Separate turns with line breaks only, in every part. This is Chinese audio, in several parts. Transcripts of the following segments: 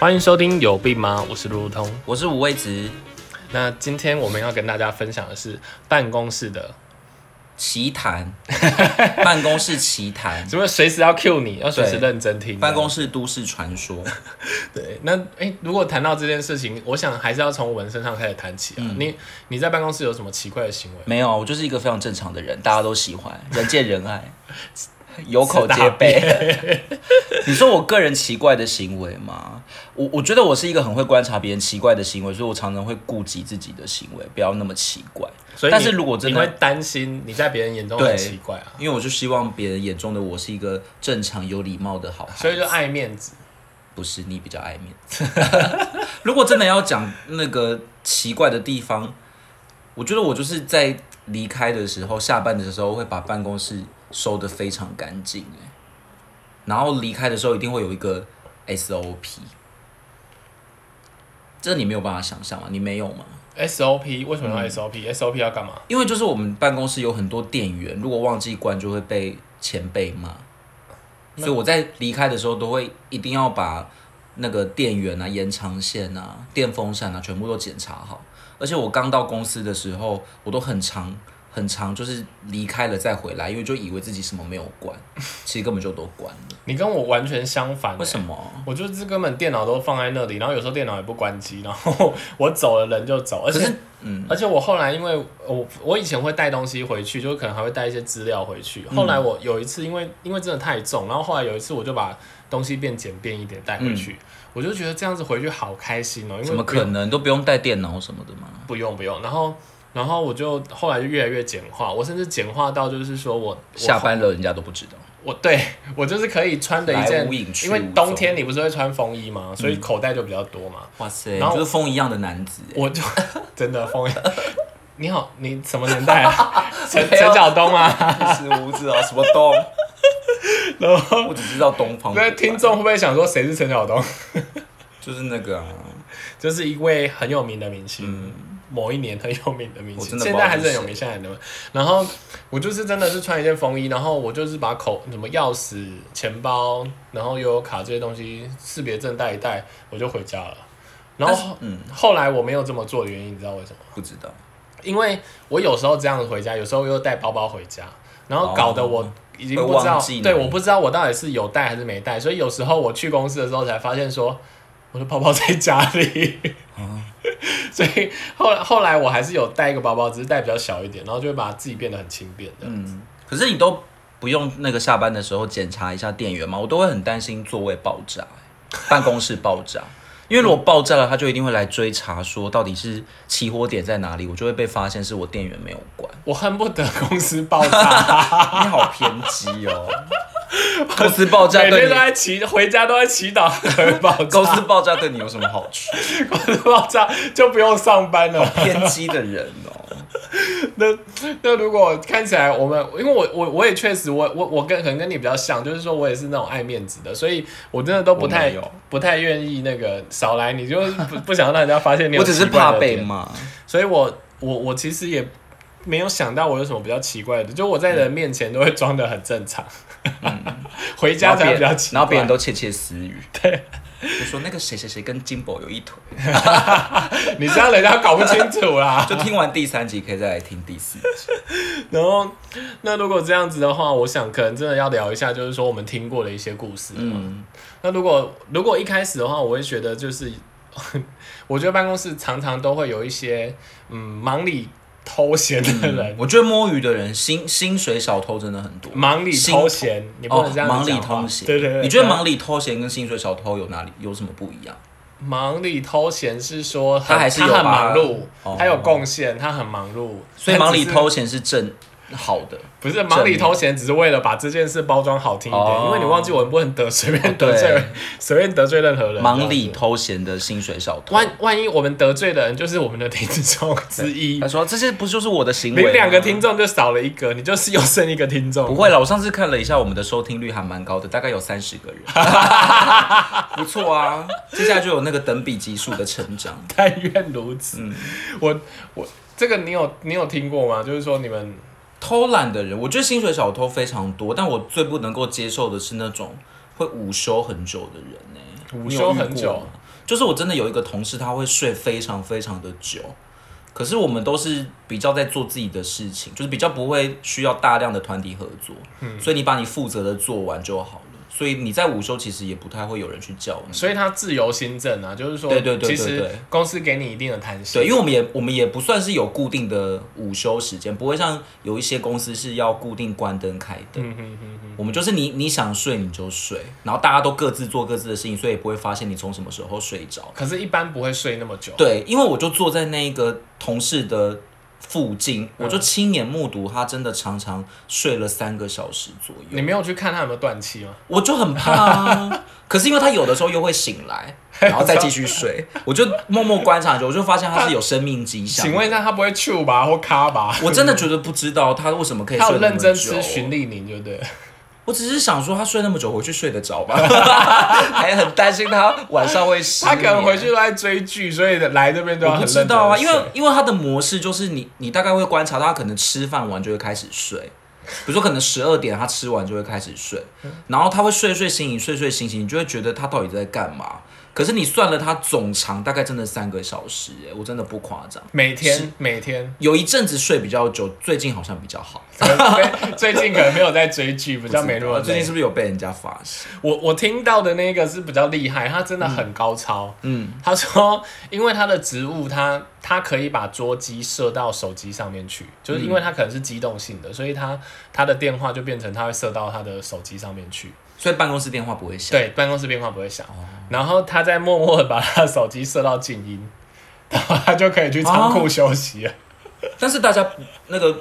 欢迎收听有病吗？我是路路通。
我是五味子，
那今天我们要跟大家分享的是办公室的，
奇 谈，办公室奇谈，
怎么随时要 cue 你，要随时
对
认真听。
办公室都市传说。
对，那诶、如果谈到这件事情，我想还是要从我们身上开始谈起啊。你你在办公室有什么奇怪的行为？
没有，啊我就是一个非常正常的人，大家都喜欢，人见人 爱，有口皆碑。 你说我个人奇怪的行为吗？我我觉得我是一个很会观察别人奇怪的行为，所以我常常会顾及自己的行为，不要那么奇怪。
所以你
但是如果真
你会
的，
担心你在别人眼中很
对
奇怪啊，
因为我就希望别人眼中的我是一个正常有礼貌的好孩子，
所以就爱面子。
不是你比较爱面 子。如果真的要讲那个奇怪的地方，我觉得我就是在离开的时候，下班的时候会把办公室收得非常干净，哎，然后离开的时候一定会有一个 SOP。这你没有办法想象吗？你没有吗？
SOP 为什么要 SOP？SOP、要干嘛？
因为就是我们办公室有很多店员，如果忘记关就会被前辈骂，所以我在离开的时候都会一定要把那个电源啊、延长线啊、电风扇啊全部都检查好。而且我刚到公司的时候，我都很长很长，就是离开了再回来，因为就以为自己什么没有 关，其实根本就都关了。
你跟我完全相反、欸。
为什么？
我就是根本电脑都放在那里，然后有时候电脑也不关机，然后我走了人就走，而
可
且
是，嗯，
而且我后来因为我我以前会带东西回去，就可能还会带一些资料回去。后
嗯
来我有一次因为因为真的太重，然后后来有一次我就把东西变简便一点带回去，我就觉得这样子回去好开心哦、因为
嗯怎么
不
可
用
能都不用带电脑什么的吗？
不用不用，然后然后我就后来就越来越简化，我甚至简化到就是说我我
下班了人家都不知道。
我对我就是可以穿的一
来
件
无影，去
因为
无踪
冬天你不是会穿风衣吗？所以口袋就比较多嘛。
哇塞，
然后
就是风一样的男子、欸。
我 就真的疯了。 你好，你什么年代 啊？陈陈晓东啊？
是胡子啊，什么东？
然后
我只知道东方。
那听众会不会想说谁是陈晓东？
就是那个、啊，
就是一位很有名的明星，某一年很有嗯名的明
我
星，
真的不
现
知道
在还是很有名，现在还很有名。然后我就是真的是穿一件风衣，然后我就是把口什么钥匙、钱包，然后悠游卡这些东西识别证带一带，我就回家了。然
但
后
嗯，
后来我没有这么做的原因，你知道为什么吗？
不知道。
因为我有时候这样子回家，有时候又带包包回家，然后搞得我已经不知
哦会
道，
忘记
对，
哪里
我不知道我到底是有带还是没带，所以有时候我去公司的时候才发现说，我的包包在家里。
哦
所以后来后来我还是有带一个包包，只是带比较小一点，然后就会把自己变得很轻便的。
嗯，可是你都不用那个下班的时候检查一下电源吗？我都会很担心座位爆炸、欸办公室爆炸。因为如果爆炸了，他就一定会来追查，说到底是起火点在哪里，我就会被发现是我电源没有关。
我恨不得公司爆 炸，
你好偏激 哦！公司爆炸
每
对
天都
你，
在祈回家都在祈祷才会爆炸，
公司爆炸对你有什么好处？
公司爆炸就不用上班了。
偏激的人哦，
那那如果看起来我们，因为我我我也确实我我我跟可能跟你比较像，就是说我也是那种爱面子的，所以我真的都不
我
太
没有
不太愿意那个少来，你就是不不想让人家发现你有
我只是
奇怪的
怕被
点
骂。
所以我我我其实也没有想到我有什么比较奇怪的，就我在人面前都会装的很正常， 回家
然后
才
别
比较奇怪，
嗯然后别人都窃窃私 语，对，就说那个谁谁谁跟金宝有一腿，
你这样人家搞不清楚啦。
就听完第三集可以再来听第四集。
然后，那如果这样子的话，我想可能真的要聊一下，就是说我们听过的一些故事。
嗯，
那如果如果一开始的话，我会觉得就是， 我觉得办公室常常都会有一些嗯忙里偷闲的人，
我觉得摸鱼的人薪薪水小偷真的很多。
忙里偷闲，你不
哦
能这，样
忙里
讲话
偷闲，
对对对，
你觉得
对
忙里偷闲跟薪水小偷有哪里有什么不一样？
忙里偷闲是说
他还是有
很
把
忙碌，
哦
他有贡献，他很忙碌，
所以
他
忙
只
里
是
偷闲是正好的，
不是忙里
正面
偷闲，只是为了把这件事包装好听一点，
哦
因为你忘记我们不能得随便
哦
得罪
对
随便得罪任何人，
忙里
这样子。
偷闲的薪水小偷。
万万一我们得罪的人就是我们的听众之一，
他说这些不就是我的行为
你
吗？
两个听众就少了一个，你就是又剩一个听众。
啊不会了，我上次看了一下，我们的收听率还蛮高的，大概有三十 个人，不错啊。接下来就有那个等比级数的成长。
但愿如此。
嗯
我我这个你有你有听过吗？就是说你们
偷懒的人，我觉得薪水小偷非常多，但我最不能够接受的是那种会午休很久的人呢、欸
午休很
你有遇过
久
吗，嗯就是我真的有一个同事，他会睡非常非常的久，可是我们都是比较在做自己的事情，就是比较不会需要大量的团体合作，
嗯
所以你把你负责的做完就好了。所以你在午休其实也不太会有人去叫你，
所以它自由新政啊，就是说，
对对对
其
对
实
对
公司给你一定的弹性，
对，因为我们也我们也不算是有固定的午休时间，不会像有一些公司是要固定关灯开灯。
嗯哼哼
我们就是你你想睡你就睡，然后大家都各自做各自的事情，所以也不会发现你从什么时候睡着。
可是，一般不会睡那么久。
对，因为我就坐在那一个同事的附近，
嗯
我就亲眼目睹他真的常常睡了三个小时左右，
你没有去看他有没有断气吗？
我就很 怕、啊。可是因为他有的时候又会醒来，然后再继 续睡，我就默默观察着，我就发现他是有生命迹象
请。问一下，他不会去吧或卡吧？
我真的觉得不知道他为什么可以
他
睡
有
那
认
么
真
久啊
吃循利宁，对不对？
我只是想说，他睡那么久回去睡得着吧？ 还很担心他晚上会失
他可能
眠
回去都在追剧，所以来这边都要
我
很
不
认真
知
地
道啊，因为
睡
因为他的模式就是你你大概会观察到他可能吃饭完就会开始睡，比如说可能十二点他吃完就会开始睡，然后他会睡睡醒醒睡睡醒醒，你就会觉得他到底在干嘛？可是你算了他总长大概真的三个小时、欸，我真的不夸张。
每天每天
有一阵子睡比较久，最近好像比较好。
可能最最近可能没有在追剧，比较没那么
最近
累
是。不是有被人家发现？
我我听到的那个是比较厉害，他真的很高超。
嗯，
他说，因为他的职务，他他可以把桌机设到手机上面去，就是因为他可能是机动性
嗯
的，所以他他的电话就变成他会设到他的手机上面去。
所以办公室电话不会响。
对，办公室电话不会响。
哦
然后他再默默的把他的手机设到静音， 然后他就可以去仓
啊
库休息了。
但是大家那个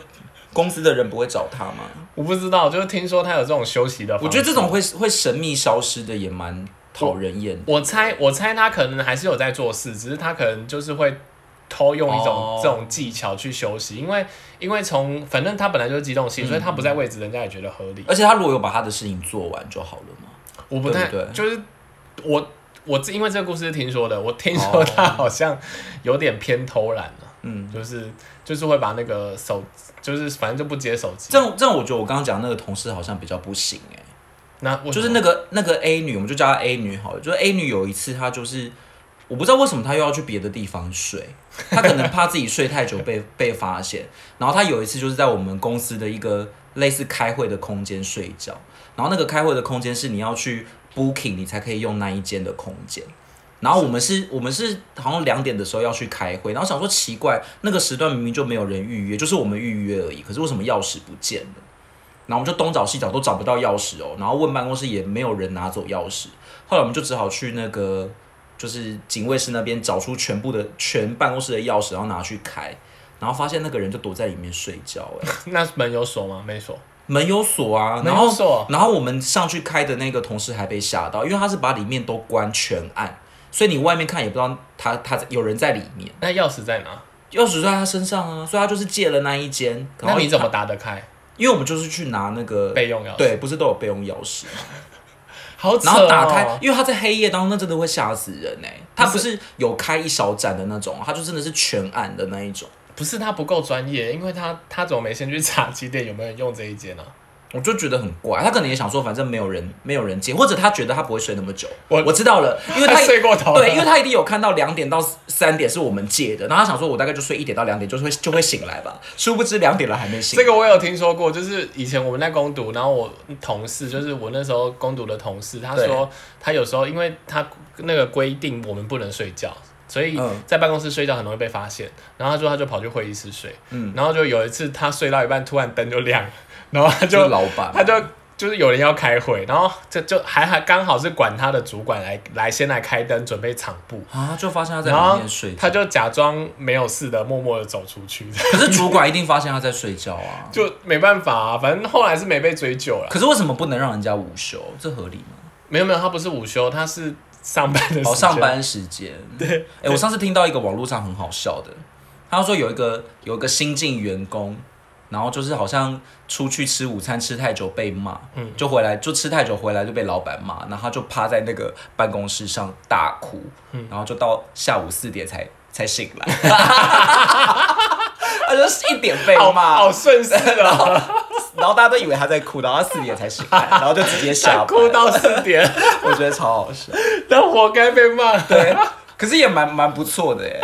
公司的人不会找他吗？
我不知道，就是听说他有这种休息的。
我觉得这种。会会神秘消失的也蛮讨人厌的。
我猜，我猜他可能还是有在做事，只是他可能就是会偷用一种
哦
这种技巧去休息，因为因为从反正他本来就是机动性，所以他不
嗯
在位置，人家也觉得合理。
而且他如果有把他的事情做完就好了嘛。
我不太
呃对不对
就是我我自因为这个故事是听说的，我听说
哦
他好像有点偏偷懒了、
嗯，
就是就是会把那个手就是反正就不接手机
这。样这样，我觉得我刚刚讲那个同事好像比较不行哎、
那为什么
就是那个那个 A 女，我们就叫她 A 女好了。就是 A 女有一次，她就是我不知道为什么她又要去别的地方睡，她可能怕自己睡太久被被发现。然后她有一次就是在我们公司的一个类似开会的空间睡觉，然后那个开会的空间是你要去 booking 你才可以用那一间的空间。然后我们是，我们是好像两点的时候要去开会，然后想说奇怪，那个时段明明就没有人预约，就是我们预约而已，可是为什么钥匙不见了？然后我们就东找西找都找不到钥匙哦，然后问办公室也没有人拿走钥匙，后来我们就只好去那个就是警卫室那边找出全部的全办公室的钥匙，然后拿去开，然后发现那个人就躲在里面睡觉，哎，
那门有锁吗？没锁。
门有 锁啊，然
门
后
有锁
然后我们上去开的那个同事还被吓到，因为他是把里面都关全暗，所以你外面看也不知道他他有人在里面，
那钥匙在哪？
钥匙在他身上啊，所以他就是借了那一间，然
那
后
你怎么打得开
因为我们就是去拿那个
备用钥匙？，
对，不是都有备用钥匙。
好扯、哦。
然后打开，因为他在黑夜当中，那真的会吓死人哎、他不是有开一小盏的那种，啊他就真的是全暗的那一种。
不是他不够专业，因为他他怎么没先去查几点有没有人用这一间呢、啊
我就觉得很怪，他可能也想说，反正没有人没有人接，或者他觉得他不会睡那么久。
我
我知道了， 因为
他
他
睡过头了
对，因为他一定有看到两点到三点是我们借的，然后他想说，我大概就睡一点到两点，就是会就会醒来吧。殊不知两点了还没醒。
这个我有听说过，就是以前我们在攻读，然后我同事就是我那时候攻读的同事，他说他有时候因为他那个规定我们不能睡觉，所以
嗯
在办公室睡觉很容易被发现。然后他说他就跑去会议室睡，
嗯
然后就有一次他睡到一半突然灯就亮了， 然后他
就是
就
老板嘛，
他就就是有人要开会，然后这就还还刚好是管他的主管来来先来开灯准备场布，
啊，就发现他在
然后
里面睡觉
他就假装没有事的默默的走出去，
可是主管一定发现他在睡觉啊。
就没办法啊，反正后来是没被追究了。
可是为什么不能让人家午休？这合理吗？
没有没有，他不是午休，他是上班的时 间。
哦，上。班时间。对，哎、我上次听到一个网络上很好笑的，他说有一个有一个新进员工，然后就是好像出去吃午餐吃太久被骂，嗯，就回来就吃太久回来就被老板骂，然后他就趴在那个办公室上大哭，然后就到下午四点才才醒来， 他就是一点被
好哦
骂，
好顺势的，
然后大家都以为他在哭，然后他四点才醒来，然后就直接 下班。
哭到四点，
我觉得超好笑。
那活该被骂。
对，可是也蛮蛮不错的 耶，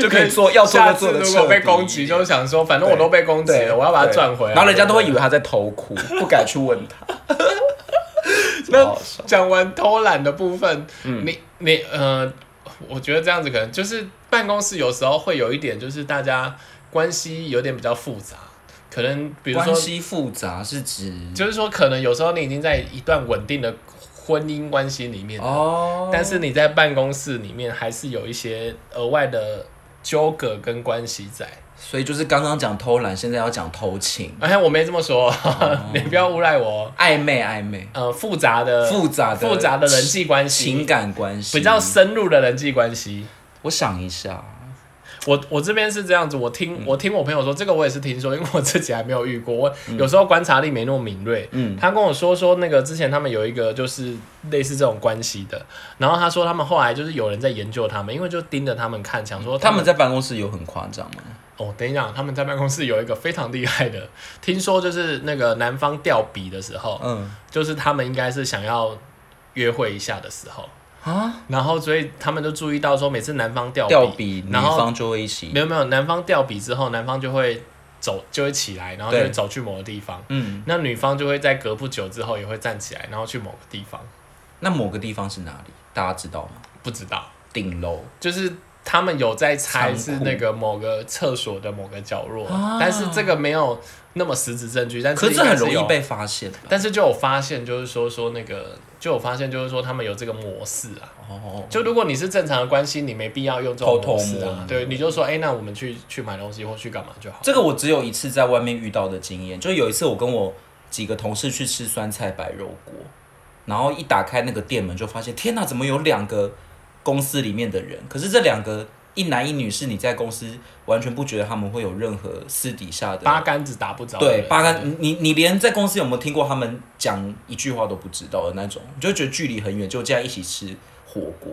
就可以做要做
下
就
次
做的。
如果被攻击，就想说，反正我都被攻击
对
了，我要把它赚回来。
对然后人家都会以为他在偷 哭，不敢去问他。
那
好笑
讲完偷懒的部分，
嗯
你你呃，我觉得这样子可能就是办公室有时候会有一点，就是大家关系有点比较复杂，可能比如
关
说，
系复杂是指
就是说可能有时候你已经在一段稳定的婚姻关系里面，
哦，
但是你在办公室里面还是有一些额外的纠葛跟关系在。
所以就是刚刚讲偷懒，现在要讲偷情，
哎，我没这么说， 你不要诬赖我哦。
暧昧暧昧，
呃，复杂的
复杂的
复杂的人际关系，
情感关系
比较深入的人际关系。
我想一下，
我我这边是这样子，我
嗯
听我听我朋友说，这个我也是听说，因为我自己还没有遇过。我有时候观察力没那么敏锐。
嗯
他跟我说说那个之前他们有一个就是类似这种关系的，然后他说他们后来就是有人在研究他们，因为就盯着他们看，想说
他们
们
在办公室有很夸张吗？
哦，等一下，他们在办公室有一个非常厉害的，听说就是那个男方掉笔的时候，
嗯
就是他们应该是想要约会一下的时候，
啊，
然后所以他们就注意到说每次男方掉
掉笔，女
然后
方就会一起
没，有没有，男方掉笔之后，男方就会走，就会起来，然后就会
对
走去某个地方。
嗯，
那女方就会在隔不久之后也会站起来，然后去某个地方，
那某个地方是哪里？大家知道吗？
不知道，
顶楼
就是他们有在猜
仓
是
库
那个某个厕所的某个角落，
啊
但是这个没有那么实质证据，但是
可是
应该
很
是
容
有
易，被发现吧？
但是就有发现，就是说说那个，就有发现就是说他们有这个模式啊，
哦，
就如果你是正常的关系，你没必要用这种
偷偷
模式
摸
啊
摸，
对，你就说哎、那我们去去买东西或去干嘛就好，
这个我只有一次在外面遇到的经验，就有一次我跟我几个同事去吃酸菜白肉锅，然后一打开那个店门就发现，天哪，怎么有两个公司里面的人？可是这两个一男一女是你在公司完全不觉得他们会有任何私底下的
八竿子打不着的人，
对，八竿，你你连在公司有没有听过他们讲一句话都不知道的那种，你就觉得距离很远，就这样一起吃火锅。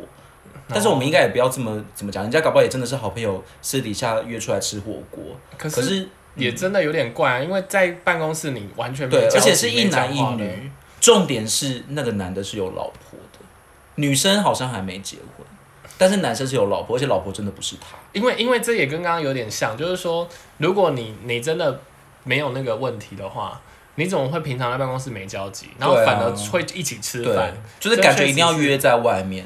但是我
哦
们应该也不要这么怎么讲，人家搞不好也真的是好朋友，私底下约出来吃火锅。
可
可
是
是嗯
也真的有点怪啊，因为在办公室你完全没
对，
交集
而且是一
没讲
男一
话的
女，重点是那个男的是有老婆的，女生好像还没结婚，但是男生是有老婆，而且老婆真的不是他。
因为因为这也跟刚刚有点像，就是说，如果你你真的没有那个问题的话，你怎么会平常在办公室没交集，然后
对啊
反而会一起吃
对
饭？，
就是感觉一定要约在外面。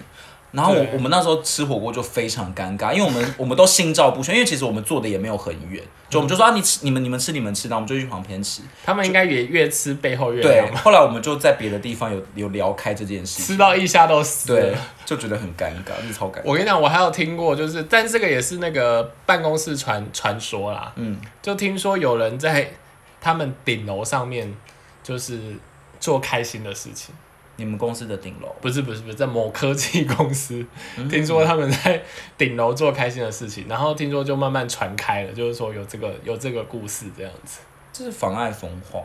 然后我
对
我们那时候吃火锅就非常尴尬，因为我们我们都心照不宣，因为其实我们坐的也没有很远，就我们就说啊你吃你们你们吃你们吃，然后我们就去旁边吃。
他们应该也越吃背后越
对
凉，嘛，
后来我们就在别的地方有有聊开这件事
啊吃
情，
到腋下都湿
对
了。，
就觉得很尴尬，就是超尴尬。
我跟你讲，我还有听过，就是，但这个也是那个办公室传传说啦，
嗯，
就听说有人在他们顶楼上面，就是做开心的事情。
你们公司的顶楼，
不是不是不是，在某科技公司，
嗯
听说他们在顶楼做开心的事情，然后听说就慢慢传开了，就是说有这个有这个故事这样子。
这是妨碍风化。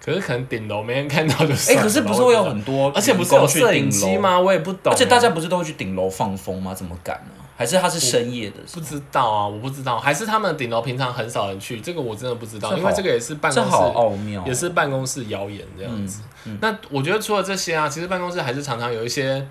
可是可能顶楼没人看到就
哎、
算了。
可是不是
我
会
也
有
知道
很多，
而且不是有摄影机？吗？我也不懂、
而且大家不是都会去顶楼放风吗？怎么敢呢、还是他是深夜的？
不知道啊，我不知道，还是他们顶楼平常很少人去，这个我真的不知道，
这
因为
好
这个也是办
这
公
好
室。
奥妙哦，嗯
也是办公室谣言这样子、那我觉得除了这些啊，其实办公室还是常常有一些，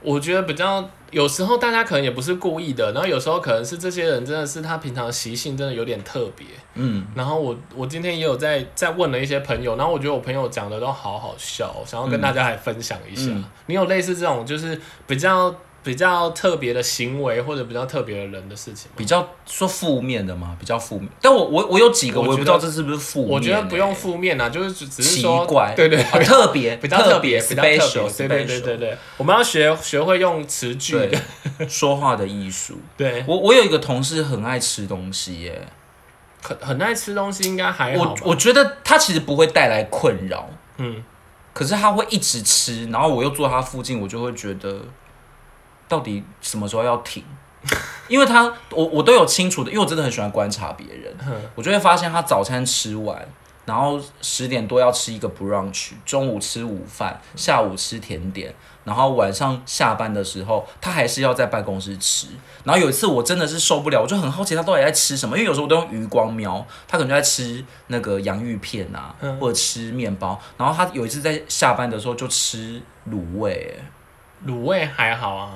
我觉得比较有时候大家可能也不是故意的，然后有时候可能是这些人真的是他平常的习性真的有点特别。
嗯。
然后我我今天也有在在问了一些朋友，然后我觉得我朋友讲的都好好笑哦，想要跟大家来分享一下。
嗯
你有类似这种就是比较比较特别的行为或者比较特别的人的事情吗？
比较说负面的嘛，比较负面。但我我我有几个，
我
我
觉得
也不知道这是不是负面欸、
我觉得不用负面啊，就是只只是
奇
说
怪，
对对
啊特别
比较特别，
别
比较特别，
special，
对对对
special
对对，我们要学学会用词句的，
对说话的艺术。
对，
我我有一个同事很爱吃东西耶、
很很爱吃东西，应该还好
我
吧？
我觉得他其实不会带来困扰，
嗯，
可是他会一直吃，然后我又坐他附近，我就会觉得到底什么时候要停？ 因为
嗯
他我我都有清楚的，因为我真的很喜欢观察别人，我就会发现他早餐吃完，然后十点多要吃一个 brunch，中午吃午饭，
嗯
下午吃甜点，然后晚上下班的时候，他还是要在办公室吃。然后有一次我真的是受不了，我就很好奇他到底在吃什么，因为有时候我都用余光瞄，他可能就在吃那个洋芋片啊，或者吃面包。然后他有一次在下班的时候就吃卤味、欸
卤味还好啊，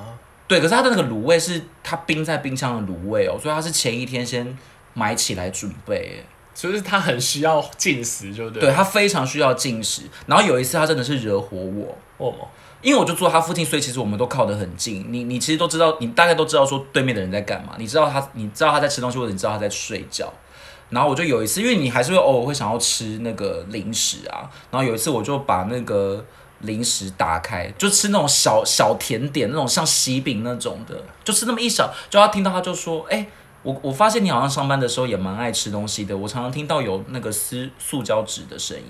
对，可是它的那个卤味是它冰在冰箱的卤味哦，所以它是前一天先买起来准备。
就是他很需要进食，就对。
对，，他非常需要进食。然后有一次他真的是惹火我，
我吗？
因为我就坐他附近，所以其实我们都靠得很近。你你其实都知道，你大概都知道说对面的人在干嘛，你知道他你知道他在吃东西，或者你知道他在睡觉。然后我就有一次，因为你还是会偶尔会想要吃那个零食啊，然后有一次我就把那个零食打开，就吃那种小小甜点，那种像喜饼那种的，就吃那么一小，就要听到他就说，哎、我我发现你好像上班的时候也蛮爱吃东西的，我常常听到有那个撕塑胶纸的声音，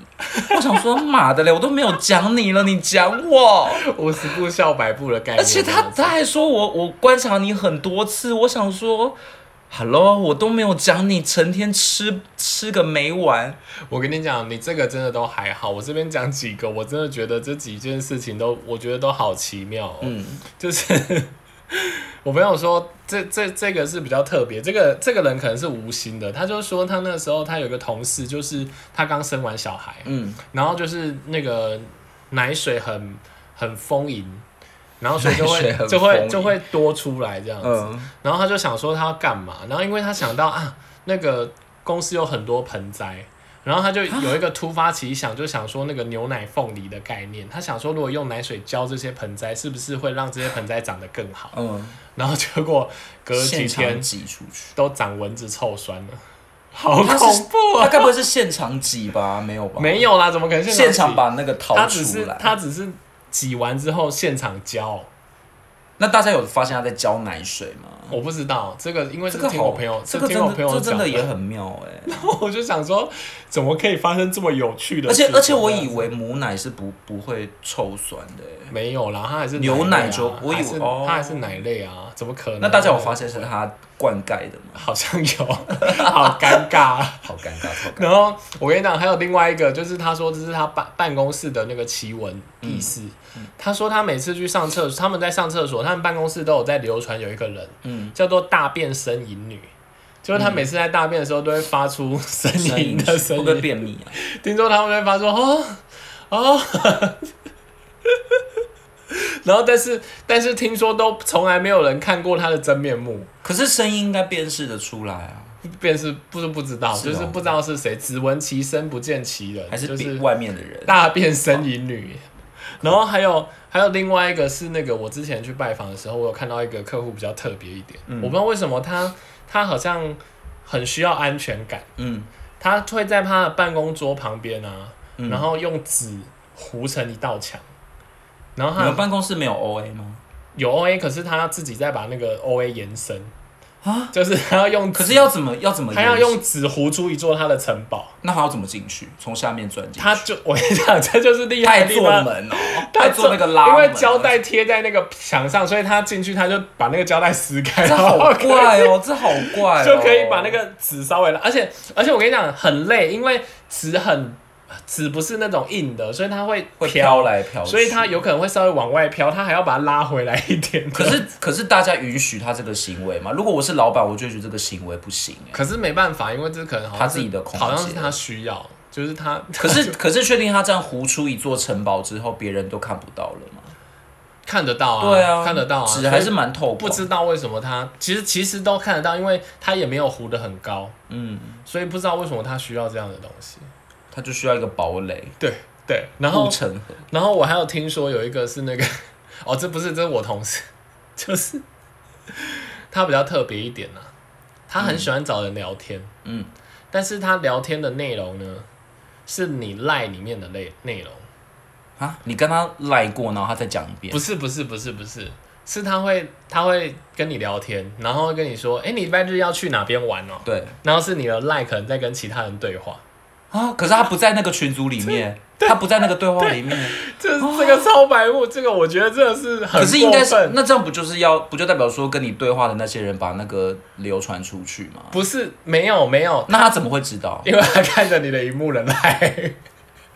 我想说妈的嘞，我都没有讲你了，你讲我。
五十步笑百步的概念。
而且他他还说我我观察你很多次，我想说，Hello，我都没有讲你成天吃吃个没完，
我跟你讲，你这个真的都还好。我这边讲几个，我真的觉得这几件事情都，我觉得都好奇妙、哦。嗯，就是 我朋友说，这这这个是比较特别，这个这个人可能是无心的。他就说他那时候他有一个同事，就是他刚生完小孩，
嗯，
然后就是那个奶水很很丰盈，然后所以就
奶水很
会就会
丰
就会多出来这样子。
嗯
然后他就想说他要干嘛，然后因为他想到啊，那个公司有很多盆栽，然后他就有一个突发奇想，就想说那个牛奶凤梨的概念，他想说如果用奶水浇这些盆栽，是不是会让这些盆栽长得更好？
嗯，
然后结果隔几
现场
天
挤出去，
都长蚊子臭酸了，好恐
他是
怖
他
啊！
该不会是现场挤吧？没有吧？
没有啦，怎么可能现
现
场
场
挤
把那个掏
他只
出
是
来。
他只是挤完之后现场浇，
那大家有发现他在浇奶水吗？
我不知道这个，因为
这
是
个
听
好，
我朋友，是
这个
听
真
我
的
朋友
这真
讲
的也很妙哎、
我就想说，怎么可以发生这么有趣的
而
事
且
情？啊
而且我以为母奶是不不会臭酸的、欸，
没有啦，它还是
牛
奶
奶粥我以为
为
哦
它还是奶类啊，怎么可能？
那大家有发现是他灌溉的吗？
好像有， 好尴尬啊。
好尴尬，好尴尬。
然后我跟你讲，还有另外一个，就是他说这是他办办公室的那个奇闻异事。
嗯
他说他每次去上厕所，他们在上厕所，他们办公室都有在流传有一个人，
嗯
叫做大便呻吟女，就是他每次在大便的时候都会发出呻
声
吟
音
的
会
声
不会
音，
便秘啊？
听说他们会发出哦哦。 然后，但是，但是听说都从来没有人看过他的真面目，
可是声音应该辨识得出来啊，
便是不是不知道，
是
就
哦
是不知道是谁，只闻其声不见其人，
还是
就
比
是
外面的人？
大变呻吟女。然后还有还有另外一个是那个我之前去拜访的时候，我有看到一个客户比较特别一点，
嗯
我不知道为什么他他好像很需要安全感，
嗯，
他会在他的办公桌旁边啊，
嗯
然后用纸糊成一道墙，然后
你们
他
办公室没有 OA 吗？
有 O A，可是他自己再把那个 O A 延伸
啊，
就是他要用纸，
可是要怎么要怎么？
他要用，纸糊出一座他的城堡，
那还要怎么进去？从下面钻进去？
他就 我跟你讲，这就是厉
他
害
还
的地
做
方。
门哦，
他
还做那个拉
因
门，
为胶带贴在那个墙上，所以他进去他就把那个胶带撕开，
这
然
好
后可以
怪哦，这好怪哦，
就可以把那个纸稍微拉。而且而且我跟你讲很累，因为纸很纸不是那种硬的，所以它会
会飘，来飘去，
所以它有可能会稍微往外飘，它还要把它拉回来一点。
可是可是大家允许他这个行为吗？如果我是老板，我就觉得这个行为不行哎。
可是没办法，因为这可能好像
他
是
自己的空间
好像是他需要，就是他
可是可是确定他这样糊出一座城堡之后，别人都看不到了吗？
看得到啊，
对啊，
看得到啊，
纸还是蛮透
不
光，
知道为什么他其实其实都看得到，因为他也没有糊得很高，
嗯，
所以不知道为什么他需要这样的东西。
他就需要一个堡垒
对对，然
护
后
城河。
然后我还有听说有一个是那个， 哦，这不是，这是我同事， 就是他比较特别一点啦、他很喜欢找人聊天，
嗯，
但是他聊天的内容呢，是你赖里面的内内容，
啊，你跟他赖过，然后他再讲一遍
不，是不是不是不是，是他会他会跟你聊天，然后会跟你说，哎，你礼拜日要去哪边玩哦，
对
然后是你的赖可能在跟其他人对话，
啊，可是他不在那个群组里面，他不在那个对话里面。
这这个超白目，这个我觉得真的是很
哦可是应该是
过分
那这样不就是要不就代表说跟你对话的那些人把那个流传出去吗？
不是没有没有，
那他怎么会知道？
因为他看着你的荧幕人 来，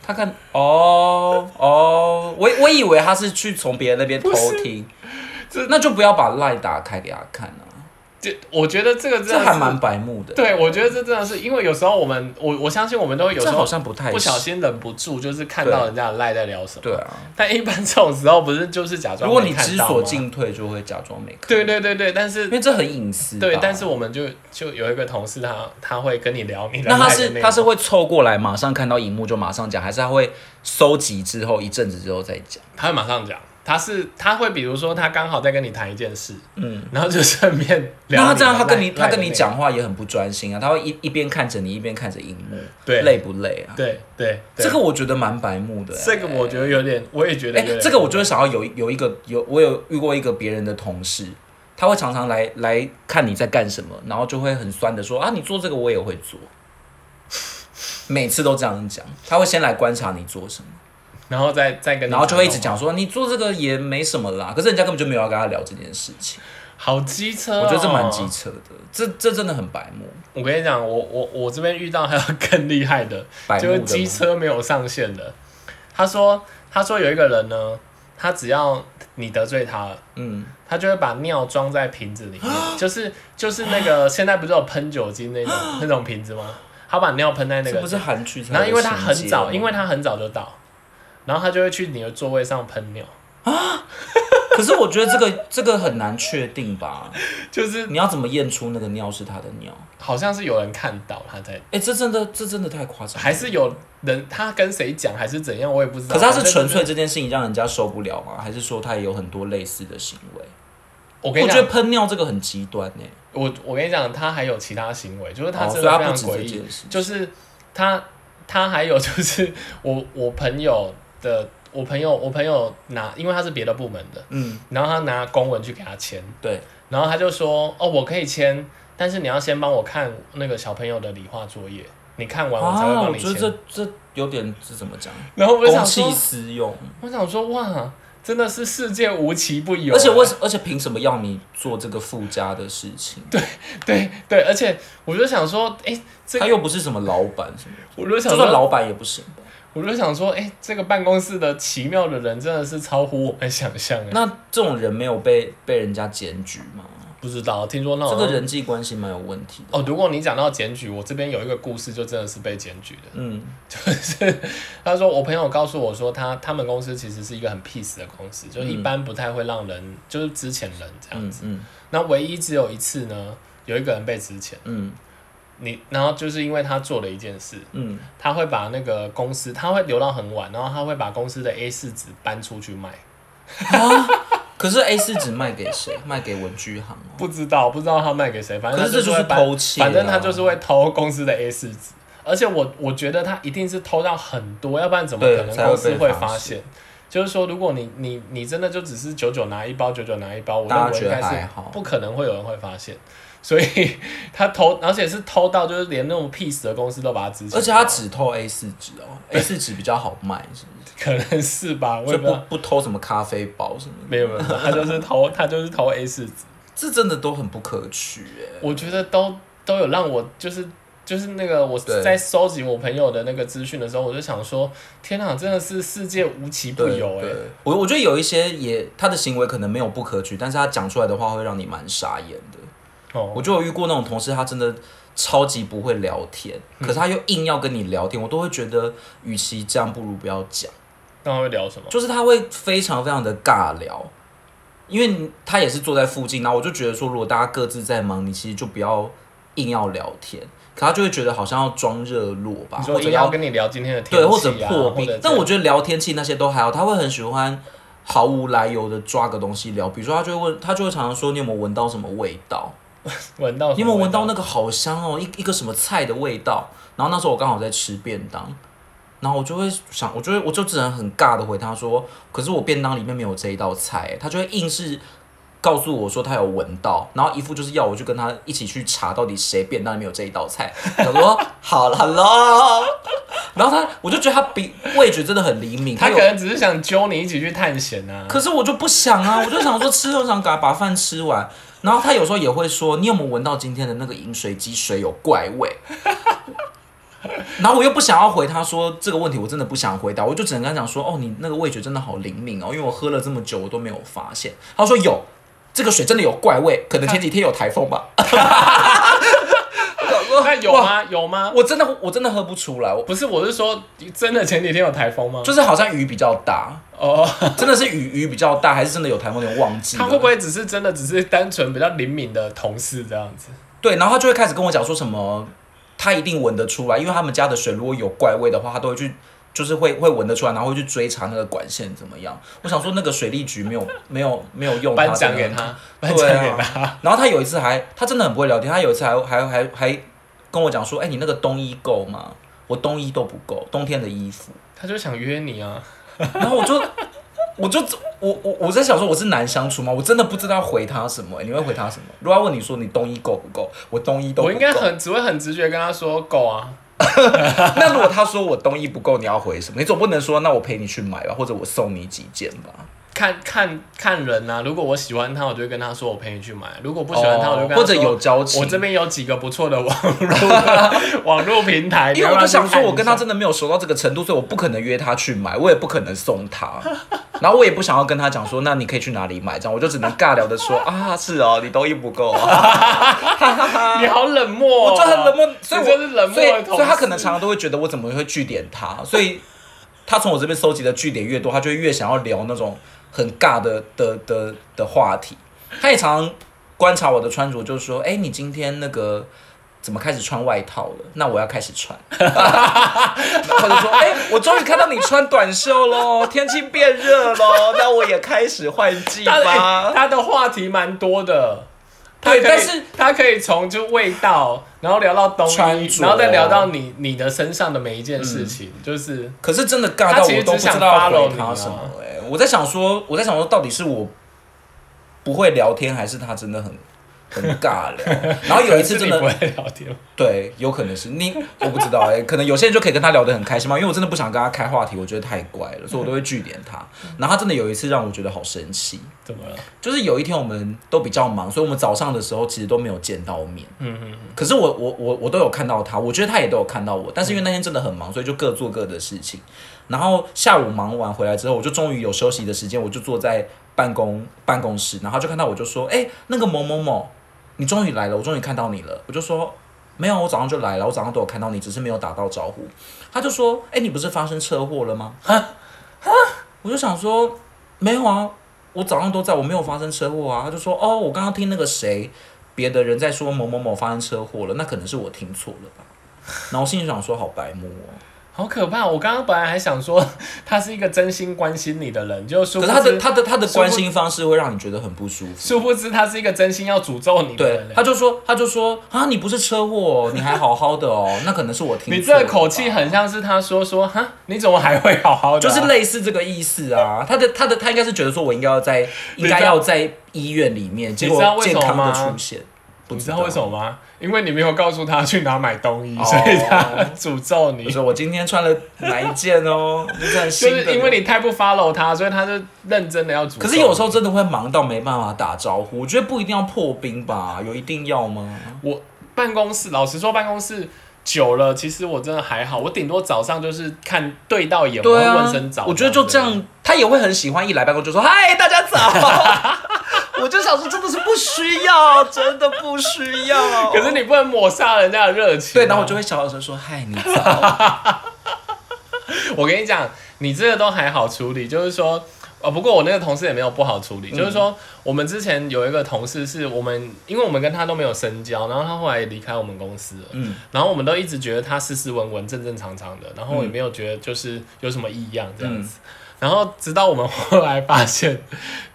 他看哦哦，我我以为他是去从别人那边偷听，那就不要把赖打开给他看啊，
这我觉得这个真
这
的
还
是
蛮白目的。
对，我觉得这真的是因为有时候我们我我相信我们都会有时
这好
候
像不太
不小心忍不住就是看到人家的赖在聊什么，
对啊。
但一般这种时候不是就是假装
如果
没
你
看
知
到
所
吗，
进退，就会假装没看。
对，对对对，但是
因为这很隐私吧。
对，但是我们就就有一个同事他，他会跟你聊你的
那他
赖的
是
内
他是
容
会凑过来，马上看到荧幕就马上讲，还是他会收集之后一阵子之后再讲？
他会马上讲，他是他会比如说他刚好在跟你谈一件事，
嗯，
然后就顺便聊
那他这样，
的
他跟
赖
你他跟你，
赖
讲话也很不专心啊，他会一一边看着你，一边看着荧幕，
对
累不累啊？
的内容对对，对
这个我觉得蛮白目的欸、
这个我觉得有点，我也觉得
哎、
有点
这个我就会想要有有一个有我有遇过一个别人的同事，他会常常来来看你在干什么，然后就会很酸的说啊，你做这个我也会做，每次都这样讲，他会先来观察你做什么，
然后再再跟你
然后就会一直
这种
讲说你做这个也没什么啦，可是人家根本就没有要跟他聊这件事情，
话，好机车、哦
我觉得这蛮机。车的，这这真的很白目，
我跟你讲，我我我这边遇到还有更厉害的，
白
就是
目的
机
吗。
车没有上线的。他说他说有一个人呢，他只要你得罪他了。
嗯，
他就会把尿装在瓶子里面， 就是就是那个 现在不是有喷酒精那种那种瓶子吗？他把尿喷在那
这
个
不，是韩剧才有的情节吗，
然后因为他很早，因为他很早就到，然后他就会去你的座位上喷尿，
可是我觉得这个这个很难确定吧，
就是
你要怎么验出那个尿是他的尿？
好像是有人看到他在，
哎、这真的，这真的太夸张了。
还是有人他跟谁讲还是怎样，我也不知道。
可是他是
反正
纯粹这件事情让人家受不了吗？还是说他也有很多类似的行为？
我跟
我
你
觉得
讲，
喷尿这个很极端呢、
我我跟你讲，他还有其他行为，就是他
哦
真
所以
的
他
非
不
常
止
诡
这
异，
件事。
就是他他还有就是 我我朋友的。我朋友，我朋友拿，因为他是别的部门的，
嗯，
然后他拿公文去给他签，
对，
然后他就说：“哦，我可以签，但是你要先帮我看那个小朋友的理化作业，你看完我才会
啊，
帮
我
你
觉得
签。
这这有点是怎么讲？
然后我就
公
想
器
说，
私用。
我想说，哇，真的是世界无奇不有、啊
而且为什，而且凭什么要你做这个附加的事情？
对对，而且我就想说，哎、这
他
个
又不是什么老板什么，
我就
就
想
算
说，
老板也不行。
我就想说，哎、这个办公室的奇妙的人真的是超乎我们想象哎，
那这种人没有被被人家检举吗？
不知道，听说那
这
种
个人际关系蛮有问题的。
哦哦，如果你讲到检举，我这边有一个故事，就真的是被检举的。
嗯，
就是他说我朋友告诉我说他他们公司其实是一个很 peace 的公司，就是一
嗯
般不太会让人就是之前人这样
嗯
子。
嗯
那唯一只有一次呢，有一个人被之前
嗯
你，然后就是因为他做了一件事，
嗯，
他会把那个公司他会留到很晚，然后他会把公司的 A 4纸搬出去卖。
可是 A 四纸卖给谁？卖给文具行哦。
不知道不知道他卖给谁，反正
可
他
是这就
会
是
搬
偷窃啊
反正他就是会偷公司的 A 4纸。而且我我觉得他一定是偷到很多，要不然怎么
对
可能
才会
公司
被
会
发
发
现
现？就是说，如果你你你真的就只是九九拿一包，九九拿一包，我
大家
认为应
觉得
该
还
是
好
不可能会有人会发现。所以他偷，而且是偷到就是连那种 peace 的公司都把他支持，
而且他只偷 A 四纸哦，A 四纸比较好卖，是不是？
可能是吧，我
所
也
以
不知
不
道。
不偷什么咖啡包什么的，
没有没有，没有他就是偷，他就是偷 A 4纸。
这真的都很不可取哎。
我觉得都都有让我就是就是那个我
对
在收集我朋友的那个资讯的时候，我就想说，天啊，真的是世界无奇不
对
有哎、
对我我觉得有一些也他的行为可能没有不可取，但是他讲出来的话会让你蛮傻眼的。
哦，
我就有遇过那种同事，他真的超级不会聊天，可是他又硬要跟你聊天，我都会觉得，与其这样，不如不要讲。
那他会聊什么？
就是他会非常非常的尬聊，因为他也是坐在附近，然后我就觉得说，如果大家各自在忙，你其实就不要硬要聊天，可他就会觉得好像要装热络吧，
你
或
说
者
硬要跟你聊今天的天
对，
气啊，
或者破冰。但我
这
觉得聊天气那些都还好，他会很喜欢毫无来由的抓个东西聊，比如说他就会问，他就会常常说你有没有闻到什么味道？
闻到
你有没有闻到
那
那个好香哦，一一个什么菜的味道？然后那时候我刚好在吃便当，然后我就会想，我就会我就只能很尬的回他说，可是我便当里面没有这一道菜欸，他就会硬是。告诉我说他有闻到，然后姨父就是要我去跟他一起去查到底谁便当里面有这一 道菜。他说好了好了，然后他我就觉得他比味觉真的很灵敏，
他
有
可能只是想揪你一起去探险啊。
可是我就不想啊，我就想说吃，我想给他把饭吃完。然后他有时候也会说，你有没有闻到今天的那个饮水机水有怪味？ 然后我又不想要回他说这个问题，我真的不想回答，我就只能跟他讲说，哦，你那个味觉真的好灵敏哦，因为我喝了这么久，我都没有发现。他说有，这个水真的有怪味，可能前几天有台风吧。
那 有吗？有吗？
我真的我真的喝不出来，我
不是，我是说，真的前几天有台风吗？
就是好像雨比较大，
哦，
真的是雨雨比较大，还是真的有台风？有点忘记了。
他会不会只是真的只是单纯比较灵敏的同事这样子？
对，然后他就会开始跟我讲说什么，他一定闻得出来，因为他们家的水如果有怪味的话，他都会去，就是会会闻得出来，然后会去追查那个管线怎么样。我想说那个水利局没有没有没有用
颁
他
奖
这
给
个
他，
对
颁奖给
啊
他。
然后他有一次还，他真的很不会聊天，他有一次还还还还跟我讲说，哎、你那个冬衣够吗？我冬衣都不够，冬天的衣服。
他就想约你啊，
然后我就。 我就我我我在想说我是难相处吗？我真的不知道回他什么、哎你会回他什么？如果他问你说你冬衣够不够，我冬衣都不
我应
够。
该很只会很直觉跟他说够啊，
那如果他说我东西不够，你要回什么？你总不能说那我陪你去买吧，或者我送你几件吧。
看看看人啊。如果我喜欢他，我就会跟他说我陪你去买；如果不喜欢他，我就跟他说
哦或者有交情。
我这边有几个不错的网络 网络平台，
因为我就想说，我跟他
这
真的没有熟到这个程度，所以我不可能约他去买，我也不可能送他，然后我也不想要跟他讲说，那你可以去哪里买，这样我就只能尬聊的说啊，是哦，你东西不够、啊，
你好冷漠、哦，
我就很冷漠，所以我
你真是冷漠
所以
的同事
所以他可能常常都会觉得我怎么会据点他，所以他从我这边收集的据点越多，他就会越想要聊那种很尬的的的的话题。他也常常观察我的穿着，就是说，哎、你今天那个怎么开始穿外套了？那我要开始 穿。然后他就说，哎、我终于看到你穿短袖喽，天气变热喽，那我也开始换季
他的、
吧。
哎他的话题蛮多的。他
对
可以
但是
他可以从就味道，然后聊到东
穿
西，
着嗯
然后再聊到你你的身上的每一件事情，就是
可是真的尬到我都不知道要回
他
他什么
其实只想
哎、我在想说，我在想说，到底是我不会聊天，还是他真的很很 尬聊？然后有一次真
可
的
能是你不会聊天，
对，有可能是你，我不知道哎、可能有些人就可以跟他聊得很开心嘛，因为我真的不想跟他开话题，我觉得太怪了，所以我都会据点他。然后他真的有一次让我觉得好生气，
怎么了？
就是有一天我们都比较忙，所以我们早上的时候其实都没有见到面。嗯嗯。可是我我我我都有看到他，我觉得他也都有看到我，但是因为那天真的很忙，所以就各做各的事情。然后下午忙完回来之后，我就终于有休息的时间，我就坐在办公办公室，然后他就看到我就说：“哎、那个某某某，你终于来了，我终于看到你了。”我就说：“没有，我早上就来了，我早上都有看到你，只是没有打到招呼。”他就说：“哎、你不是发生车祸了吗？”哈哈，我就想说没有啊，我早上都在，我没有发生车祸啊。他就说，哦，我刚刚听那个谁，别的人在说某某某发生车祸了，那可能是我听错了吧。然后我心里想说，好白目哦。
好可怕！我刚刚本来还想说 他是一个真心关心你的人，就殊
可
不
是
知
他的他的他的
殊不
关心方式会让你觉得很不舒服。
殊不知他是一个啊真心要诅咒你的
对
人，。
他就说他就说啊，你不是车祸、哦，你还好好 的哦，那可能是我听错。
你这个口气。很像是他说说哈，你怎么还会好好的
就
啊、
是类似这个意思啊，他的他的他应该是觉得说，我应该要在应该要在医院里面，结果
你知道为什
健
么
康的
吗
出现，不
你知道为什么吗？因为你没有告诉他去哪买冬
哦
衣，所以他诅咒你
我。说我今天穿了哪一 件哦，就是很
就
新的。
是因为你太不 follow 他，所以他就认真的要诅咒。
可是有时候真的会忙到没办法打招呼，我觉得不一定要破冰吧，有一定要吗？
我办公室，老实说，办公室久了，其实我真的还好，我顶多早上就是看对到眼，我
对
会
啊
问声早。，
我觉得就这。样，他也会很喜欢一来办公就说嗨大家早， 我就想说真的是不需要，真的不需 要。
可是你不能抹杀人家的热情啊、
对，然后我就会小小声说嗨 你早，
我跟你讲，你这个都还好处理，就是说，呃，不过我那个同事也没有不好处理，
嗯
就是说，我们之前有一个同事是我们，因为我们跟他都没有深交，然后他后来也离开我们公司了，
嗯
然后我们都一直觉得他斯斯文文、正正常常的，然后也没有觉得就是有什么异样这样
嗯
子。然后直到我们后来发现，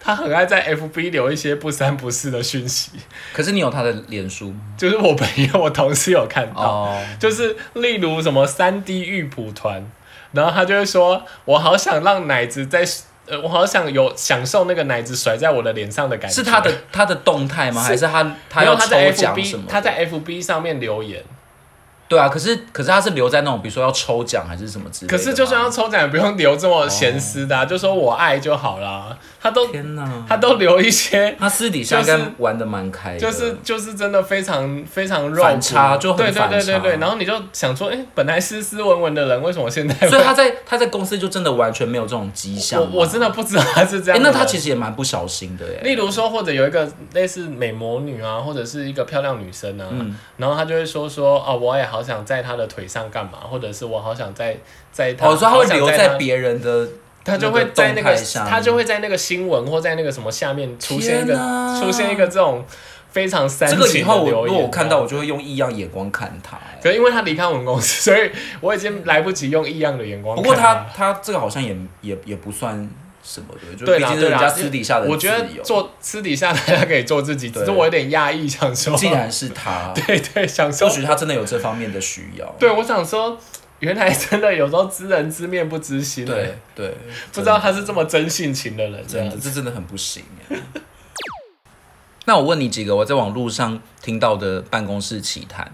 他很爱在 FB 留一些不三不四的讯息，
可是你有他的脸书吗？
就是我朋友、我同事有看到，
哦，
就是例如什么三 D 玉蒲团，然后他就会说：“我好想让奶子在呃，我好想有享受那个奶子甩在我的脸上的感觉。
是他的他的动态吗？还是他他
没有，
要
他
抽
在
奖
FB
什么？
他在 FB 上面留言，
对啊，可是可是他是留在那种比如说要抽奖还是什么之类的
可
吗。
是就算要抽奖，也不用留这么闲私的、啊，就说我爱就好啦。他都
哦天哪，
他都留一些，
他私底下应
就是
该玩的蛮开的，
就是就是真的非常非常肉
反差
搏
就很
对对
反
对对对。
差
然后你就想说，哎、本来斯斯文文的人，为什么现在会？
所以他在他在公司就真的完全没有这种迹象
哎我
嘛。
我真的不知道他是这样的
哎、
人、
那他其实也蛮不小心的
例
哎。
如说，或者有一个类似美魔女啊，或者是一个漂亮女生啊，
嗯
然后她就会说说啊，我也好想在她的腿上干嘛，或者是我好想在在她，
哦，所以他会
好想
留
在
在
她，
别人的
她就会在那
那个动
个
态下面
她就会在那个新闻或在那个什么下面出现一个
天哪
出现一个这种非常煽
这
情
个
的
以后我，
留言
如果我看到，
啊
我就会用异样眼光看他、哎
可是因为她离开我们公司，所以我已经来不及用异样的眼光
不
看。啊
过他他这个好像也也也不算什么的，就
对
毕
啦
竟是
对
人
啦
家私底下的
我觉得
自由
做私底下大家可以做自己，只是
对
我有点压抑，想说，
既然是 他，
对对，想说
或许他真的有这方面的需要。
对，我想说，原来真的有时候知人知面不知心，欸
对，对，
不知道他是这么真性情的人，这
真
样
的
子。
这真的很不行哎。 那我问你几个我在网络上听到的办公室奇谈，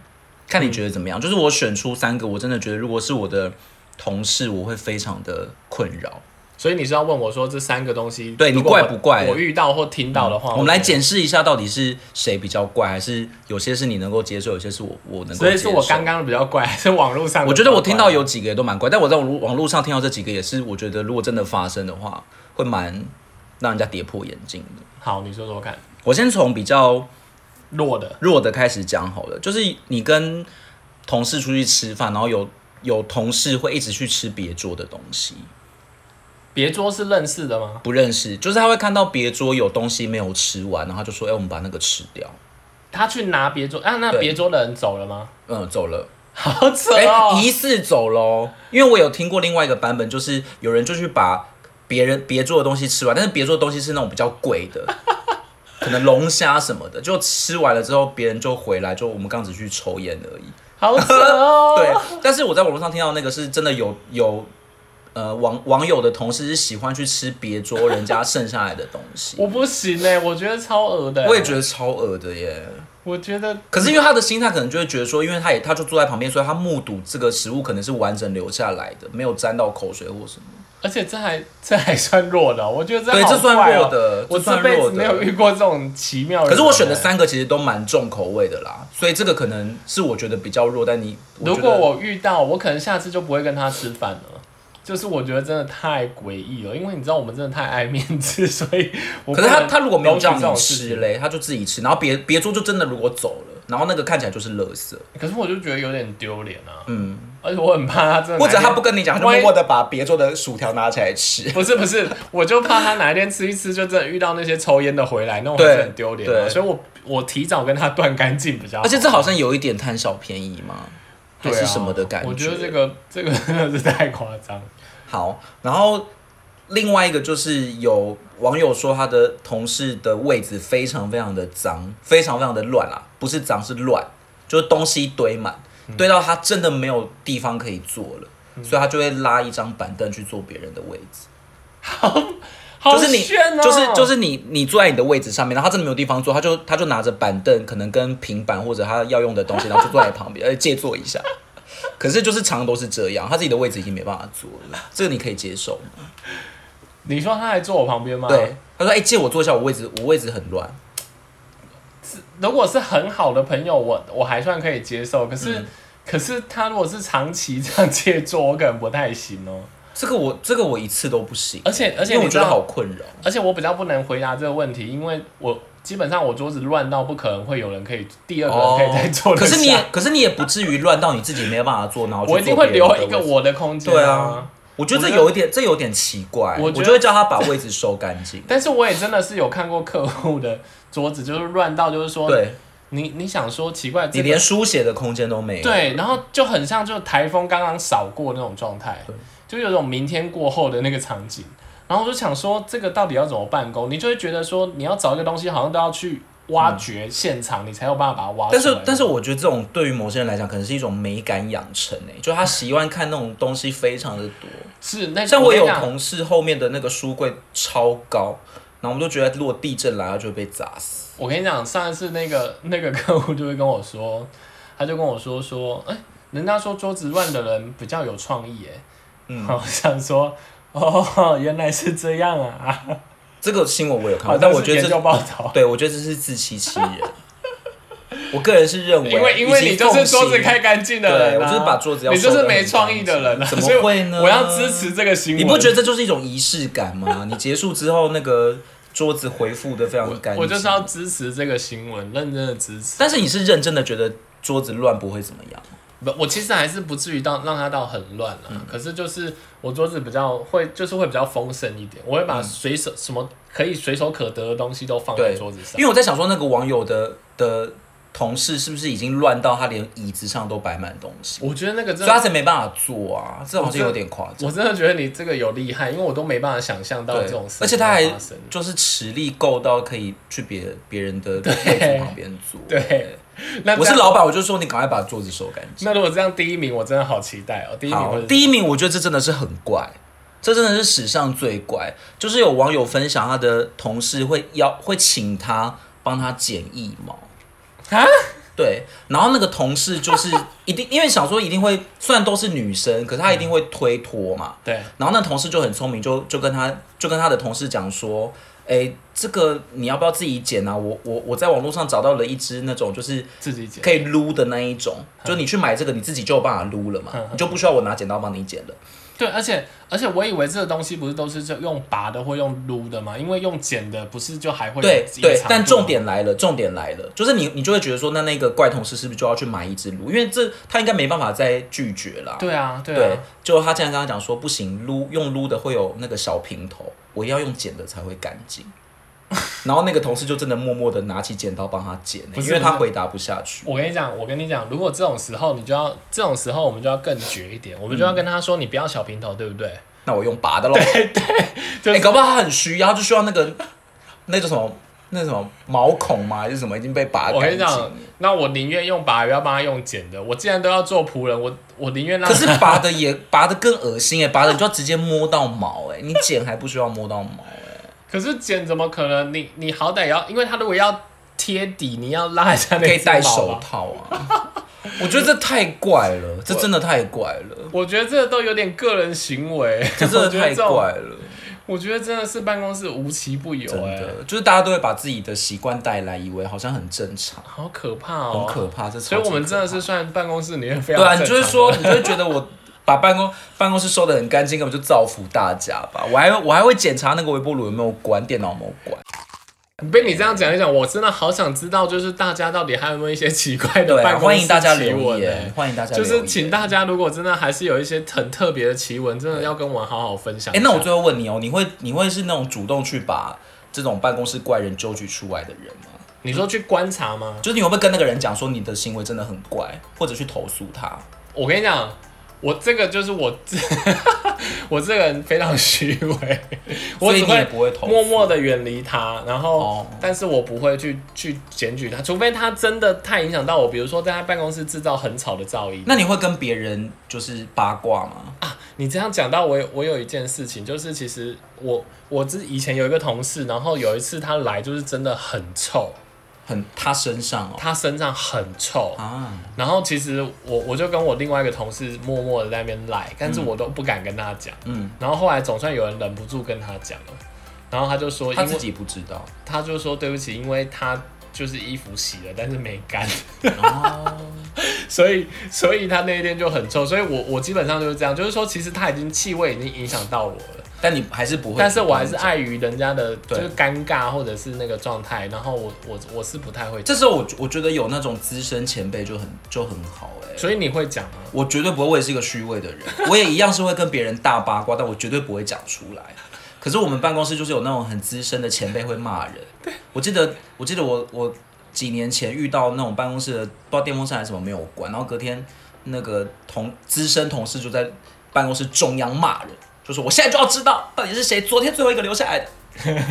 看
嗯
你觉得怎么样？就是我选出三个，我真的觉得如果是我的同事，我会非常的困扰。
所以你是要问我说这三个东西，
对你
如果我
怪不怪嗯
我遇到或听到的话，
我们来
觉得。
检视一下，到底是谁比较怪，还是有些是你能够接受，有些是我我能够
所
接
以
受。
是我刚刚的比较怪，还是网络上的
我觉得我听到
比较
有几个也都蛮怪，但我在网网络上听到这几个也是，我觉得如果真的发生的话，会蛮让人家跌破眼镜的。
怪好，你说说看，
我先从比较
弱的
弱的开始讲好了，就是你跟同事出去吃饭，然后有有同事会一直去吃别桌的东西，
别桌是认识的吗？
不认识，就是他会看到别桌有东西没有吃完，然后他就说：“哎、我们把那个吃掉。
他去拿别桌啊，那
对
别桌的人走了吗？”
嗯，走了。
好扯
哎、
哦！
疑似走喽。因为我有听过另外一个版本，就是有人就去把别人别做的东西吃完，但是别做的东西是那种比较贵的， 可能龙虾什么的，就吃完了之后，别人就回来，就我们刚只去抽烟而已。
好 扯哦！
对，但是我在网络上听到那个是真的有有。呃，网网友的同事是喜欢去吃别桌人家剩下来的东西，
我不行哎、我觉得超恶的、
我也觉，得超恶的耶。
我觉得
可是因为他的心态可能就会觉得说，因为他也他就坐在旁边，所以他目睹这个食物可能是完整留下来的，没有沾到口水或什么。
而且这还这还算弱的哦，我觉得这
对，
好
这算
怪哦
弱的，
我
这算
这辈
弱
子没有
的。
遇过这种奇妙的
可
人。
是我选的
哎，
三个其实都蛮重口味的啦，所以这个可能是我觉得比较弱，但你
如
觉
果
得
我遇到，我可能下次就不会跟他吃饭了。就是我觉得真的太诡异了，因为你知道我们真的太爱面子， 所以我
可是他
不能
他如果没有
容许
叫你
这种事
吃
情，
嘞，他就自己吃，然后别别桌就真的如果走了，然后那个看起来就是垃圾，
可是我就觉得有点丢脸啊，
嗯，
而且我很怕他真的
或
哪一
者
天，
他不跟你讲，他就
万
默
一
默的把别桌的薯条拿起来吃。
不是不是，我就怕他哪一天吃一吃就真的遇到那些抽烟的回来，那我还
对
是很丢脸啊，
对
所以我我提早跟他断干净比较好，
而且这好像有一点贪小便宜嘛，还
对啊
是什么的感
我觉得这个这个真的是太夸张了。
好，然后另外一个就是有网友说他的同事的位置非常非常的脏，非常非常的乱啦，不是脏是乱，就是东西堆满，堆到他真的没有地方可以坐了。所以他就会拉一张板凳去坐别人的位置，
好
就是你，
炫哦、
就是就是你，你坐在你的位置上面，然后他真的没有地方坐，他就他就拿着板凳，可能跟平板或者他要用的东西，然后就坐在你旁边，呃，借坐一下。可是就是常常都是这样，他自己的位置已经没办法坐了，这个你可以接受吗
你说他还坐我旁边吗？
对，，他说：“哎、借我坐一下，我位置我位置很乱。
如果是很好的朋友，我我还算可以接受。可
嗯
是、可是他如果是长期这样借坐，我可能不太行哦。”
这个我这个我一次都不行，
而且而且
因为
你
我
知
觉得
道，
好困扰。
而且我比较不能回答这个问题，因为我基本上我桌子乱到不可能会有人可以第二个哦人可以再坐得
哦可
下。
是你也可是你也不至于乱到你自己没有办法坐，然后去
我一定
坐
会
别人
留
的
一个
位置。
我的空间、
对啊。我觉得这有一点，这有点奇怪。
我
我
觉得。
就会叫他把位置收干净
但是我也真的是有看过客户的桌子，就是乱到就是说，
对
你你想说奇怪，这
你
个
连书写的空间都没有。
对，然后就很像就台风刚刚扫过那种状态，就有种明天过后的那个场景。然后我就想说，这个到底要怎么办公？你就会觉得说，你要找一个东西，好像都要去挖掘现场，你才有办法把它挖出
但
来。
是，但是我觉得这种欸对于某些人来讲，可能是一种美感养成诶、就他习惯看那种东西非常的多。
是那
像我
哎我跟
有
你讲
同 事后面的那个书柜超高，然后我们都觉得如果地震来了就会被砸死。
我跟你讲，上一次那个那个客户就会跟我说，他就跟我说说，哎、人家说桌子乱的人比较有创意，哎，嗯， 我想说，哦，原来是这样啊，
这个新闻我有看
好像
过，但我
是
觉得
研
这
究报道，
对，我觉得这是自欺欺人。我个人是认为，
因为因为
以及
你就是
奉行
桌子开干净的
对
人、
我
啊，
就是把桌子要
你就
收
是
得
没
很
创
干
意
净
的人、啊，
怎么
所以我
会呢
我要支持这个行为，
你不觉得这就是一种仪式感吗？你结束之后，那个桌子回复的非常干净。
我就是要，支持这个新闻，认真的支持。
但是你是认真的觉得桌子乱不会怎么样？
不，我其实还是不至于到让它到很乱啊。
嗯
可是就是我桌子比较会，就是会比较丰盛一点，我会把随手、什么可以随手可得的东西都放在
嗯对
桌子上
因。为我在想说，那个网友的的同事是不是已经乱到他连椅子上都摆满东西，
我觉得那个
所
真
以他
的，
才没办法做啊？这好像有点夸张。
我真的觉得你这个有厉害，因为我都没办法想象到
对
这种事，情
而且他还
发生
就是实力够到可以去别别人的位置旁边坐。
对，那
我
这
是
样
老板，我就说你赶快把桌子收干净。
那如果这样第一名，我真的好期待哦、第一名
好
会，是，
第一名，我觉得这真的是很怪，这真的是史上最怪。就是有网友分享他的同事会邀会请他帮他剪腋毛
啊，
对，然后那个同事就是 一定因为想说一定会，虽然都是女生，可是他一定会推脱嘛。
对，
然后那同事就很聪明，就就跟他就跟他的同事讲说，哎，这个你要不要自己剪啊？我我我在网络上找到了一支那种就是
自己剪
可以撸的那一种，就你去买这个，你自己就有办法撸了嘛
嗯嗯，
你就不需要我拿剪刀帮你剪了。
对，而且而且我以为这个东西不是都是就用拔的或用撸的嘛，因为用剪的不是就还会有
对
自己的
对
长，
但
度啊
重
吗
点来了，重点来了，就是你你就会觉得说，那那个怪同事是不是就要去买一支撸？因为这他应该没办法再拒绝啦。
对啊对
对
啊，
就他竟然跟他讲说，不行，撸用撸的会有那个小平头，我要用剪的才会干 净。然后那个同事就真的默默的拿起剪刀帮他剪、欸
不是
因为他
不是
回答不下去。
我跟你讲，我跟你讲，如果这种时候你就要这种时候我们就要更绝一点，我们就要跟他说你不要小平头，对不对？
那我用拔的喽。对
就
对，
是
哎，搞不好他很需要，他就需要那个那叫什么那什么毛孔嘛，还是什么已经被拔
我跟
干
你
净。
讲，那我宁愿用拔，也要帮他用剪的。我既然都要做仆人，我我宁愿让
可是拔的也 拔的更恶心哎，拔的你就要直接摸到毛哎，你剪还不需要摸 到毛哎。
可是剪怎么可能？你你好歹也要，因为他如果要贴底，你要拉一下那
可以
只毛
戴手
吧。
套啊。我觉得这太怪 了，这真的太怪了，
我觉得这都有点个人行为，
这 真
我
的
觉得
太
这种
怪了，
我觉得真的是办公室无奇不有、
真
哎，
的就是大家都会把自己的习惯带来，以为好像很正常，
好可怕哦、
很可怕。这
所以
超级
我们真的
可
是算办公室里面非
怕
常
对啊，你
正常
就
的
是说，你就会觉得我把办公 办公室收的很干净，根本就造福大家吧。我还我还会检查那个微波炉有没有关，电脑有没有关。
被你这样讲一讲，我真的好想知道，就是大家到底还有没有一些奇怪的
对啊，
办公
欢
室
迎大家
奇
留
闻、
言
欸，
欢迎大家
就
留言
是请大家，如果真的还是有一些很特别的奇闻，真的要跟我们好好分享一
哎、
下。
那我最后问你哦，你会你会是那种主动去把这种办公室怪人揪举出来的人吗？
你说去观察吗？
就是你会不会跟那个人讲说你的行为真的很怪，或者去投诉他？
我跟你讲，我这个就是我， 我这个人非常虚伪，我
所以
只
你
会
也不会投诉，
默默的远离他，然后，
哦
但是我不会去去检举他，除非他真的太影响到我，比如说在他办公室制造很吵的噪音。
那你会跟别人就是八卦吗？
你这样讲到我有，我有一件事情，就是其实我我之以前有一个同事，然后有一次他来就是真的很臭，
很他身上哦
他身上很臭，
啊，
然后其实我我就跟我另外一个同事默默的在那边赖，但是我都不敢跟他讲，
嗯，
然后后来总算有人忍不住跟他讲了，然后他就说，因
他
为
自己不知道
他就说对不起，因为他就是衣服洗了，但是没干。
哦，
所以，所以他那一天就很臭，所以我我基本上就是这样，就是说，其实他已经气味已经影响到我了，
但你还是不会，
但是我还是。碍于人家的就
对
是尴尬或者是那个状态，然后我我我是不太会，
这时候我我觉得有那种资深前辈就很就很好哎、
所以你会讲吗？
我绝对不会，我也是一个虚伪的人，我也一样是会跟别人大八卦，但我绝对不会讲出来。可是我们办公室就是有那种很资深的前辈会骂人。我记得，我记得我我几年前遇到那种办公室的，不知道电风扇还是什么没有关，然后隔天那个同资深同事就在办公室中央骂人，就说我现在就要知道到底是谁昨天最后一个留下来的，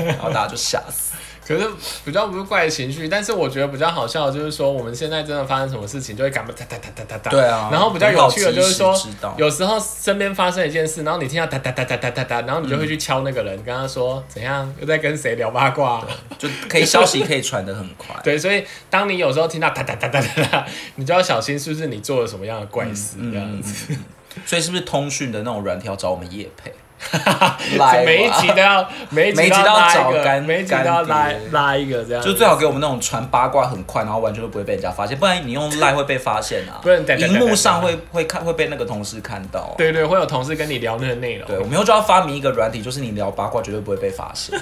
然后大家就吓死。
可是比较不是怪情绪，但是我觉得比较好笑的就是说，我们现在真的发生什么事情，就会赶快哒哒哒哒哒哒。
对啊
然后比较有趣的就是说
很好及时知道，
有时候身边发生一件事，然后你听到哒哒哒哒哒哒哒，然后你就会去敲那个人，跟他说怎样又在跟谁聊八卦、
就可以消息可以传得很快。
对，所以当你有时候听到哒哒哒哒哒哒，你就要小心是不是你做了什么样的怪事这样子。
所以是不是通讯的那种软体要找我们叶配？啊
就
来
每一集都要，每一
每一
集
集
都
都要
拉
找
一个，
干
每一集都要拉
干爹
拉一个这样子。
就最好给我们那种传八卦很快，然后完全都不会被人家发现，不然 你用赖会被发现啊。
不然等等
荧
等
幕
等
上会会看会被那个同事看到啊。
对对，会有同事跟你聊那个内容。
对，我们以后就要发明一个软体，就是你聊八卦绝对不会被发 现，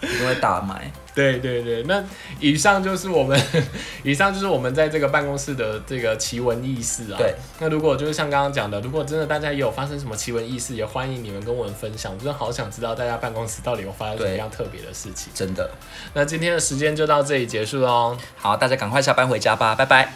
一定会大卖。
对对对，那以上就是我们， 以上就是我们在这个办公室的这个奇闻异事啊。
对，
那如果就是像刚刚讲的，如果真的大家也有发生什么奇闻异事，也欢迎你们跟我们分享，我真的好想知道大家办公室到底有发生什么
对
样特别的事情。
真的。
那今天的时间就到这里结束喽，
好，大家赶快下班回家吧，拜拜。